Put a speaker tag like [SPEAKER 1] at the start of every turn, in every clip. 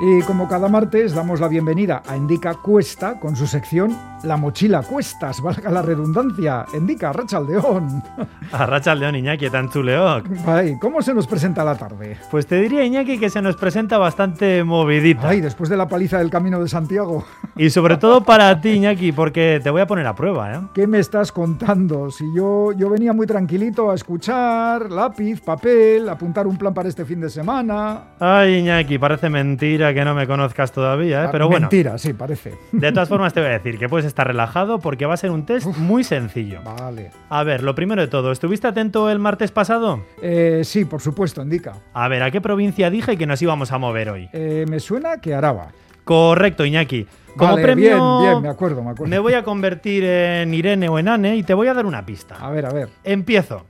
[SPEAKER 1] Y como cada martes, damos la bienvenida a Endica Cuesta con su sección La mochila cuestas, valga la redundancia. Endica, Rachaldeón.
[SPEAKER 2] Arratsaldeon Iñaki eta entzuleok.
[SPEAKER 1] Ay, ¿cómo se nos presenta la tarde?
[SPEAKER 2] Pues te diría Iñaki que se nos presenta bastante movidita.
[SPEAKER 1] Ay, después de la paliza del Camino de Santiago.
[SPEAKER 2] Y sobre todo para ti Iñaki, porque te voy a poner a prueba, ¿eh?
[SPEAKER 1] ¿Qué me estás contando? Si yo, yo venía muy tranquilito a escuchar, lápiz, papel, apuntar un plan para este fin de semana.
[SPEAKER 2] Ay Iñaki, parece mentira que no me conozcas todavía, ¿eh? Pero bueno,
[SPEAKER 1] Ah, Mentira, sí, parece.
[SPEAKER 2] de todas formas te voy a decir que puedes estar relajado porque va a ser un test muy sencillo.
[SPEAKER 1] Vale.
[SPEAKER 2] A ver, lo primero de todo, ¿estuviste atento el martes pasado?
[SPEAKER 1] Eh, sí, por supuesto, Endica.
[SPEAKER 2] A ver, ¿a qué provincia dije que nos íbamos a mover hoy?
[SPEAKER 1] Eh, me suena que Araba.
[SPEAKER 2] Correcto, Iñaki. Como
[SPEAKER 1] Vale,
[SPEAKER 2] premio
[SPEAKER 1] Bien, bien, me acuerdo, me acuerdo.
[SPEAKER 2] me voy a convertir en Irene o en Anne y te voy a dar una pista.
[SPEAKER 1] A ver, a ver.
[SPEAKER 2] Empiezo.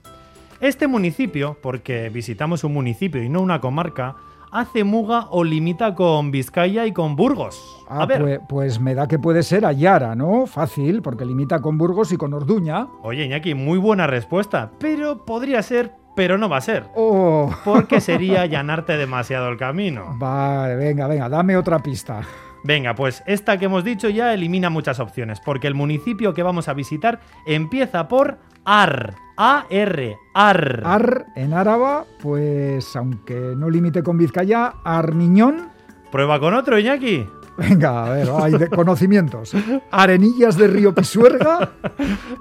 [SPEAKER 2] Este municipio, porque visitamos un municipio y no una comarca, hace muga o limita con Vizcaya y con Burgos.
[SPEAKER 1] Ah,
[SPEAKER 2] a ver.
[SPEAKER 1] Pues, pues me da que puede ser Ayara, ¿no? Fácil, porque limita con Burgos y con Orduña.
[SPEAKER 2] Oye, Iñaki, muy buena respuesta, pero podría ser, pero no va a ser.
[SPEAKER 1] Oh,
[SPEAKER 2] Porque sería allanarte demasiado el camino.
[SPEAKER 1] vale, venga, venga, dame otra pista.
[SPEAKER 2] Venga, pues esta que hemos dicho ya elimina muchas opciones, porque el municipio que vamos a visitar empieza por AR. A-R. AR.
[SPEAKER 1] Ar en Áraba, pues aunque no limite con Vizcaya, Armiñón.
[SPEAKER 2] Prueba con otro, Iñaki.
[SPEAKER 1] Venga, a ver, hay de- conocimientos. Arenillas de Río Pisuerga,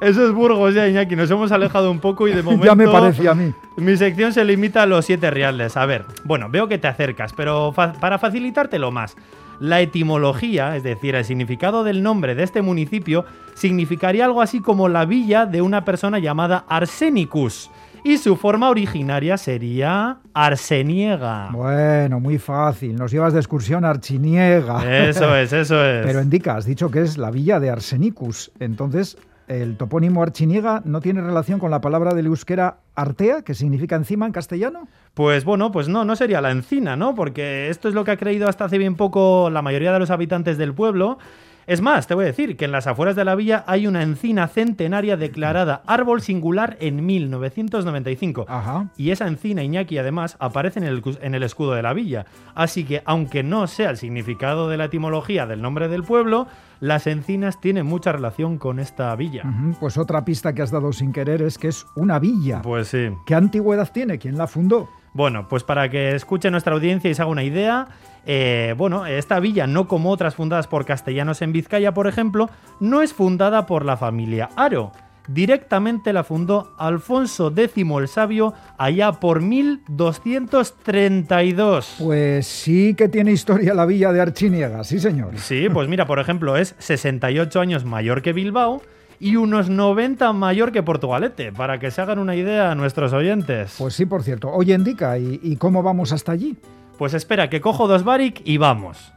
[SPEAKER 2] Eso es Burgos ya, Iñaki. Nos hemos alejado un poco y de momento.
[SPEAKER 1] ya me parecía a mí.
[SPEAKER 2] Mi sección se limita a los siete reales. A ver, bueno, veo que te acercas, pero fa- para facilitártelo más. La etimología, es decir, el significado del nombre de este municipio, significaría algo así como la villa de una persona llamada Arsenicus. Y su forma originaria sería Arseniega.
[SPEAKER 1] Bueno, muy fácil. Nos llevas de excursión a Archiniega.
[SPEAKER 2] Eso es, eso es.
[SPEAKER 1] Pero indica, has dicho que es la villa de Arsenicus. Entonces, el topónimo Archiniega no tiene relación con la palabra del euskera artea, que significa encima en castellano.
[SPEAKER 2] Pues bueno, pues no, no sería la encina, ¿no? Porque esto es lo que ha creído hasta hace bien poco la mayoría de los habitantes del pueblo. Es más, te voy a decir que en las afueras de la villa hay una encina centenaria declarada árbol singular en 1995.
[SPEAKER 1] Ajá.
[SPEAKER 2] Y esa encina Iñaki además aparece en el, cus- en el escudo de la villa. Así que aunque no sea el significado de la etimología del nombre del pueblo, las encinas tienen mucha relación con esta villa.
[SPEAKER 1] Ujú, Pues otra pista que has dado sin querer es que es una villa.
[SPEAKER 2] Pues sí.
[SPEAKER 1] ¿Qué antigüedad tiene? ¿Quién la fundó?
[SPEAKER 2] Bueno, pues para que escuche nuestra audiencia y se haga una idea, eh, bueno, esta villa, no como otras fundadas por castellanos en Vizcaya, por ejemplo, no es fundada por la familia Aro. Directamente la fundó Alfonso X el Sabio allá por 1232.
[SPEAKER 1] Pues sí que tiene historia la villa de Archiniega, sí señor.
[SPEAKER 2] Sí, pues mira, por ejemplo, es 68 años mayor que Bilbao y unos 90 mayor que Portugalete, para que se hagan una idea a nuestros oyentes.
[SPEAKER 1] Pues sí, por cierto. Oye, indica, ¿y, y cómo vamos hasta allí?
[SPEAKER 2] Pues espera, que cojo dos Barik y vamos.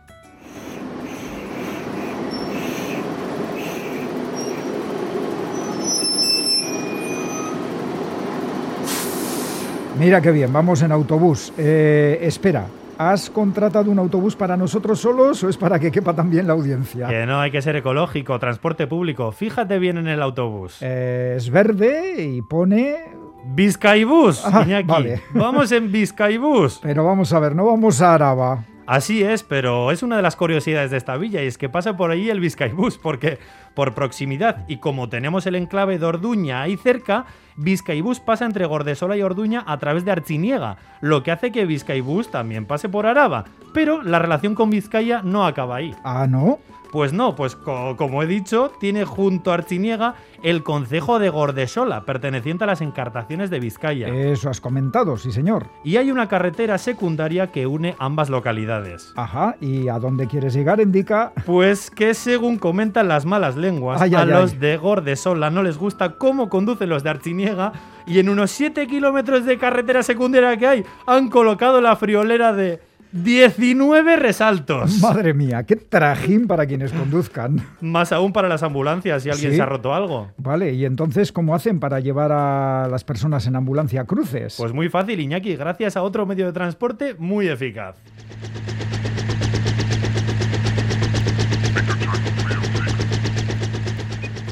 [SPEAKER 1] Mira qué bien, vamos en autobús. Eh, espera, ¿has contratado un autobús para nosotros solos o es para que quepa también la audiencia?
[SPEAKER 2] Que no hay que ser ecológico, transporte público. Fíjate bien en el autobús.
[SPEAKER 1] Eh, es verde y pone...
[SPEAKER 2] Vizcaibús,
[SPEAKER 1] Ah,
[SPEAKER 2] Iñaki.
[SPEAKER 1] vale.
[SPEAKER 2] Vamos en Vizcaibús.
[SPEAKER 1] Pero vamos a ver, no vamos a Araba.
[SPEAKER 2] Así es, pero es una de las curiosidades de esta villa y es que pasa por ahí el Vizcaibús, porque por proximidad y como tenemos el enclave de Orduña ahí cerca, Vizcaibús pasa entre Gordesola y Orduña a través de Archiniega, lo que hace que Vizcaibús también pase por Araba. Pero la relación con Vizcaya no acaba ahí.
[SPEAKER 1] Ah, ¿no?
[SPEAKER 2] Pues no, pues co- como he dicho, tiene junto a Archiniega el concejo de Gordesola, perteneciente a las encartaciones de Vizcaya.
[SPEAKER 1] Eso has comentado, sí señor.
[SPEAKER 2] Y hay una carretera secundaria que une ambas localidades.
[SPEAKER 1] Ajá, ¿y a dónde quieres llegar, indica?
[SPEAKER 2] Pues que según comentan las malas lenguas,
[SPEAKER 1] Ay,
[SPEAKER 2] a
[SPEAKER 1] ay,
[SPEAKER 2] los
[SPEAKER 1] ay.
[SPEAKER 2] de Gordesola no les gusta cómo conducen los de Archiniega y en unos 7 kilómetros de carretera secundaria que hay han colocado la friolera de 19 resaltos.
[SPEAKER 1] Madre mía, qué trajín para quienes conduzcan.
[SPEAKER 2] Más aún para las ambulancias si alguien
[SPEAKER 1] Sí.
[SPEAKER 2] se ha roto algo.
[SPEAKER 1] Vale, ¿y entonces cómo hacen para llevar a las personas en ambulancia a cruces?
[SPEAKER 2] Pues muy fácil, Iñaki, gracias a otro medio de transporte muy eficaz.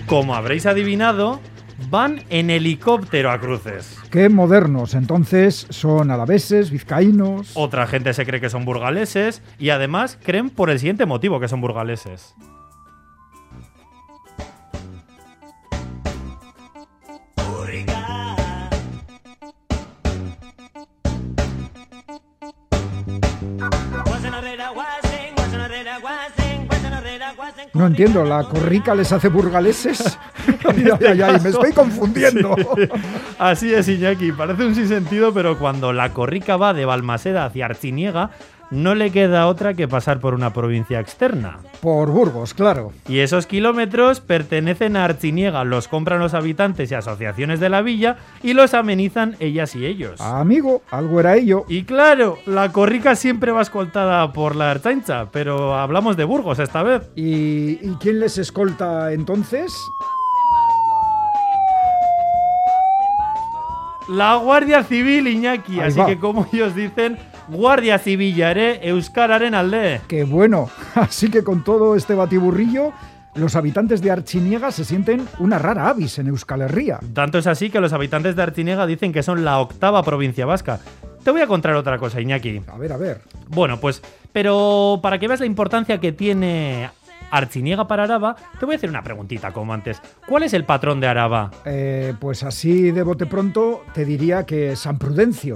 [SPEAKER 2] Como habréis adivinado, van en helicóptero a cruces.
[SPEAKER 1] Qué modernos. Entonces son alaveses, vizcaínos.
[SPEAKER 2] Otra gente se cree que son burgaleses y además creen por el siguiente motivo que son burgaleses.
[SPEAKER 1] No entiendo, ¿la corrica les hace burgaleses? ay, ay, ay, me estoy confundiendo.
[SPEAKER 2] Sí. Así es, Iñaki, parece un sinsentido, pero cuando la corrica va de Balmaseda hacia Arciniega, no le queda otra que pasar por una provincia externa.
[SPEAKER 1] Por Burgos, claro.
[SPEAKER 2] Y esos kilómetros pertenecen a Arciniega, los compran los habitantes y asociaciones de la villa y los amenizan ellas y ellos.
[SPEAKER 1] Ah. Amigo, algo era ello.
[SPEAKER 2] Y claro, la corrica siempre va escoltada por la Artancha, pero hablamos de Burgos esta vez.
[SPEAKER 1] ¿Y, y quién les escolta entonces?
[SPEAKER 2] La Guardia Civil, Iñaki.
[SPEAKER 1] Ahí
[SPEAKER 2] Así
[SPEAKER 1] va.
[SPEAKER 2] que, como ellos dicen, Guardia Civillaré Euskararen alde.
[SPEAKER 1] Qué bueno. Así que con todo este batiburrillo, los habitantes de Archiniega se sienten una rara avis en Euskal Herria.
[SPEAKER 2] Tanto es así que los habitantes de Artiniega dicen que son la octava provincia vasca. Te voy a contar otra cosa, Iñaki.
[SPEAKER 1] A ver, a ver.
[SPEAKER 2] Bueno, pues, pero para que veas la importancia que tiene Archiniega para Araba, te voy a hacer una preguntita como antes. ¿Cuál es el patrón de Araba?
[SPEAKER 1] Eh, pues así de bote pronto te diría que San Prudencio.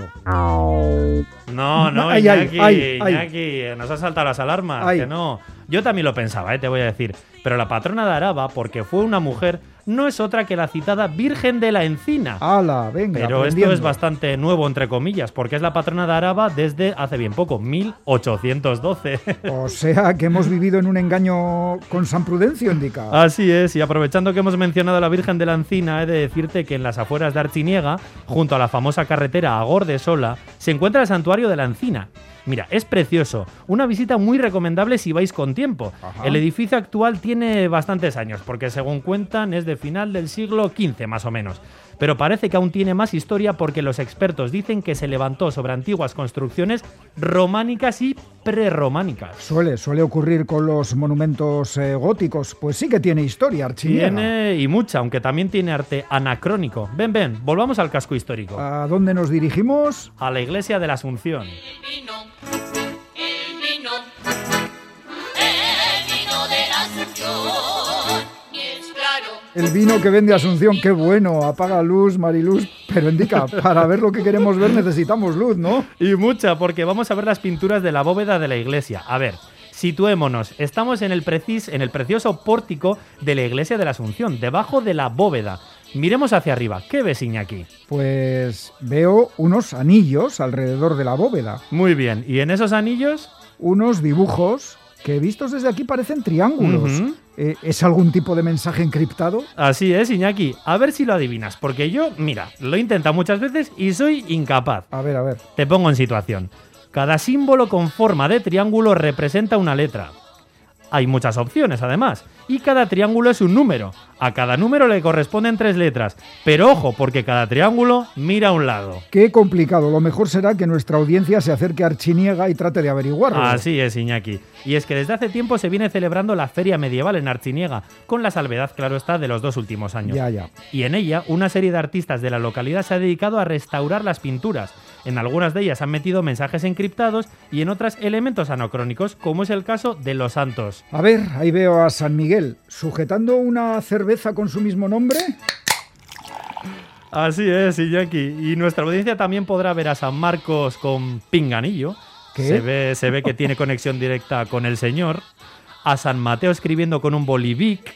[SPEAKER 2] No, no,
[SPEAKER 1] Ay, ay,
[SPEAKER 2] Iñaki,
[SPEAKER 1] ay, ay.
[SPEAKER 2] Iñaki, eh, nos han saltado las alarmas,
[SPEAKER 1] Ay.
[SPEAKER 2] que no. Yo también lo pensaba, eh, te voy a decir. Pero la patrona de Araba, porque fue una mujer, no es otra que la citada Virgen de la Encina.
[SPEAKER 1] ¡Hala, Ah, venga!
[SPEAKER 2] Pero esto
[SPEAKER 1] aprendiendo.
[SPEAKER 2] es bastante nuevo, entre comillas, porque es la patrona de Araba desde hace bien poco, 1812.
[SPEAKER 1] O sea que hemos vivido en un engaño con San Prudencio, indica.
[SPEAKER 2] Así es, y aprovechando que hemos mencionado a la Virgen de la Encina, he de decirte que en las afueras de Archiniega, junto a la famosa carretera a Gordesola, se encuentra el santuario de la Encina. Mira, es precioso, una visita muy recomendable si vais con tiempo.
[SPEAKER 1] Ajá.
[SPEAKER 2] El edificio actual tiene bastantes años, porque según cuentan es de final del siglo XV más o menos. Pero parece que aún tiene más historia porque los expertos dicen que se levantó sobre antiguas construcciones románicas y prerrománicas.
[SPEAKER 1] Suele, suele ocurrir con los monumentos eh, góticos. Pues sí que tiene historia, Archiniega.
[SPEAKER 2] Tiene y mucha, aunque también tiene arte anacrónico. Ven, ven, volvamos al casco histórico.
[SPEAKER 1] ¿A dónde nos dirigimos?
[SPEAKER 2] A la iglesia de la Asunción.
[SPEAKER 3] El vino, el vino, el vino de la Asunción, y es claro.
[SPEAKER 1] El vino que vende Asunción, qué bueno. Apaga luz, Mariluz. Pero indica, para ver lo que queremos ver necesitamos luz, ¿no?
[SPEAKER 2] Y mucha, porque vamos a ver las pinturas de la bóveda de la iglesia. A ver, situémonos. Estamos en el, precis, en el precioso pórtico de la iglesia de la Asunción, debajo de la bóveda. Miremos hacia arriba. ¿Qué ves, Iñaki?
[SPEAKER 1] Pues veo unos anillos alrededor de la bóveda.
[SPEAKER 2] Muy bien. ¿Y en esos anillos?
[SPEAKER 1] Unos dibujos que vistos desde aquí parecen triángulos.
[SPEAKER 2] Ujú.
[SPEAKER 1] Eh, ¿Es algún tipo de mensaje encriptado?
[SPEAKER 2] Así es, Iñaki. A ver si lo adivinas, porque yo, mira, lo he intentado muchas veces y soy incapaz.
[SPEAKER 1] A ver, a ver.
[SPEAKER 2] Te pongo en situación. Cada símbolo con forma de triángulo representa una letra. Hay muchas opciones, además, y cada triángulo es un número. A cada número le corresponden tres letras, pero ojo, porque cada triángulo mira a un lado.
[SPEAKER 1] Qué complicado. Lo mejor será que nuestra audiencia se acerque a Archiniega y trate de averiguarlo.
[SPEAKER 2] Así es, Iñaki. Y es que desde hace tiempo se viene celebrando la Feria Medieval en Archiniega, con la salvedad, claro está, de los dos últimos años.
[SPEAKER 1] Ya, ya.
[SPEAKER 2] Y en ella, una serie de artistas de la localidad se ha dedicado a restaurar las pinturas. En algunas de ellas han metido mensajes encriptados y en otras elementos anacrónicos, como es el caso de los santos.
[SPEAKER 1] A ver, ahí veo a San Miguel sujetando una cerveza con su mismo nombre.
[SPEAKER 2] Así es, Iñaki. Y nuestra audiencia también podrá ver a San Marcos con pinganillo.
[SPEAKER 1] ¿Qué?
[SPEAKER 2] Se ve, se ve que tiene conexión directa con el Señor. A San Mateo escribiendo con un bolivic.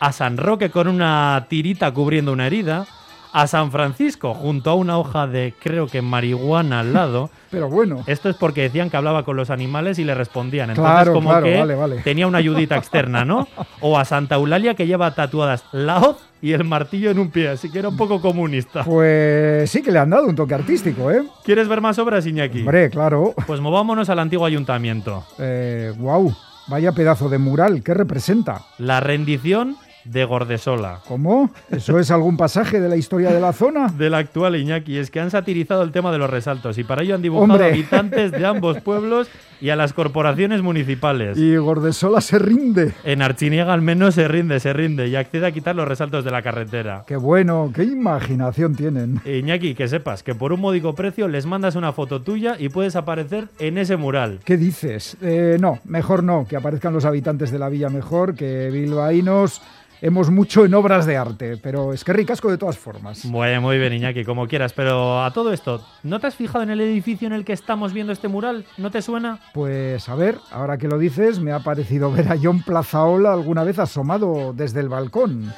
[SPEAKER 2] A San Roque con una tirita cubriendo una herida. A San Francisco junto a una hoja de, creo que marihuana al lado.
[SPEAKER 1] Pero bueno.
[SPEAKER 2] Esto es porque decían que hablaba con los animales y le respondían. Entonces,
[SPEAKER 1] Claro,
[SPEAKER 2] como
[SPEAKER 1] claro,
[SPEAKER 2] que
[SPEAKER 1] vale, vale.
[SPEAKER 2] tenía una ayudita externa, ¿no? O a Santa Eulalia que lleva tatuadas la hoz y el martillo en un pie, así que era un poco comunista.
[SPEAKER 1] Pues sí que le han dado un toque artístico, ¿eh?
[SPEAKER 2] ¿Quieres ver más obras, Iñaki?
[SPEAKER 1] Hombre, claro.
[SPEAKER 2] Pues movámonos al antiguo ayuntamiento.
[SPEAKER 1] Eh, wow, vaya pedazo de mural, ¿qué representa?
[SPEAKER 2] La rendición de Gordesola.
[SPEAKER 1] ¿Cómo? ¿Eso es algún pasaje de la historia de la zona?
[SPEAKER 2] Del actual Iñaki es que han satirizado el tema de los resaltos y para ello han dibujado
[SPEAKER 1] Hombre.
[SPEAKER 2] habitantes de ambos pueblos y a las corporaciones municipales.
[SPEAKER 1] Y Gordesola se rinde.
[SPEAKER 2] En Archiniega al menos se rinde, se rinde y accede a quitar los resaltos de la carretera.
[SPEAKER 1] Qué bueno, qué imaginación tienen.
[SPEAKER 2] Iñaki, que sepas que por un módico precio les mandas una foto tuya y puedes aparecer en ese mural.
[SPEAKER 1] ¿Qué dices? Eh, no, mejor no, que aparezcan los habitantes de la villa mejor, que bilbaínos hemos mucho en obras de arte, pero es que ricasco de todas formas.
[SPEAKER 2] Bueno, muy bien, Iñaki, como quieras, pero a todo esto, ¿no te has fijado en el edificio en el que estamos viendo este mural? ¿No te suena?
[SPEAKER 1] Pues a ver, ahora que lo dices, me ha parecido ver a John Plazaola alguna vez asomado desde el balcón.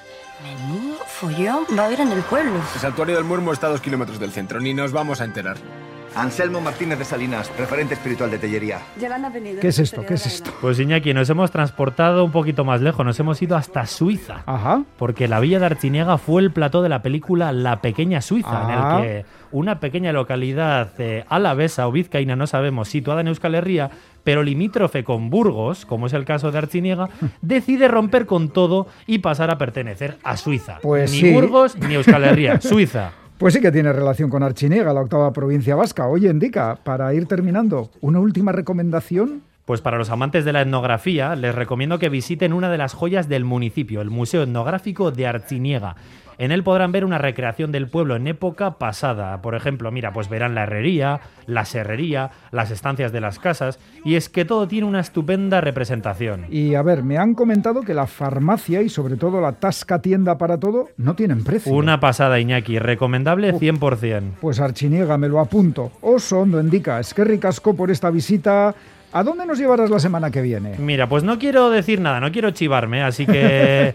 [SPEAKER 4] Menudo follón va a haber en el pueblo.
[SPEAKER 5] El santuario del Muermo está a dos kilómetros del centro, ni nos vamos a enterar.
[SPEAKER 6] Anselmo Martínez de Salinas, referente espiritual de Tellería.
[SPEAKER 7] Yolanda Benítez,
[SPEAKER 1] ¿Qué es esto?
[SPEAKER 7] historiadora
[SPEAKER 1] ¿Qué es
[SPEAKER 7] de
[SPEAKER 1] esto?
[SPEAKER 2] Pues Iñaki, nos hemos transportado un poquito más lejos, nos hemos ido hasta Suiza.
[SPEAKER 1] Ajá.
[SPEAKER 2] Porque la villa de Archiniega fue el plató de la película La Pequeña Suiza,
[SPEAKER 1] Ah.
[SPEAKER 2] en el que una pequeña localidad eh, alavesa o vizcaína, no sabemos, situada en Euskal Herria, pero limítrofe con Burgos, como es el caso de Archiniega, decide romper con todo y pasar a pertenecer a Suiza.
[SPEAKER 1] Pues
[SPEAKER 2] ni
[SPEAKER 1] sí.
[SPEAKER 2] Burgos ni Euskal Herria, Suiza.
[SPEAKER 1] Pues sí que tiene relación con Archiniega, la octava provincia vasca. Oye, Indica, para ir terminando, una última recomendación.
[SPEAKER 2] Pues para los amantes de la etnografía, les recomiendo que visiten una de las joyas del municipio, el Museo Etnográfico de Archiniega. En él podrán ver una recreación del pueblo en época pasada. Por ejemplo, mira, pues verán la herrería, la serrería, las estancias de las casas, y es que todo tiene una estupenda representación.
[SPEAKER 1] Y a ver, me han comentado que la farmacia y sobre todo la tasca tienda para todo no tienen precio.
[SPEAKER 2] Una pasada, Iñaki, recomendable 100%.
[SPEAKER 1] Pues Archiniega, me lo apunto. Oso Hondo Indica, es que ricasco por esta visita. ¿A dónde nos llevarás la semana que viene?
[SPEAKER 2] Mira, pues no quiero decir nada, no quiero chivarme, así que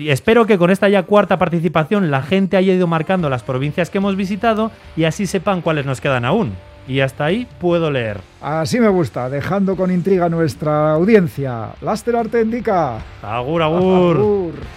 [SPEAKER 2] espero que con esta ya cuarta participación la gente haya ido marcando las provincias que hemos visitado y así sepan cuáles nos quedan aún. Y hasta ahí puedo leer.
[SPEAKER 1] Así me gusta, dejando con intriga a nuestra audiencia. Laster Arte Indica.
[SPEAKER 2] Agur, agur.
[SPEAKER 1] Agur.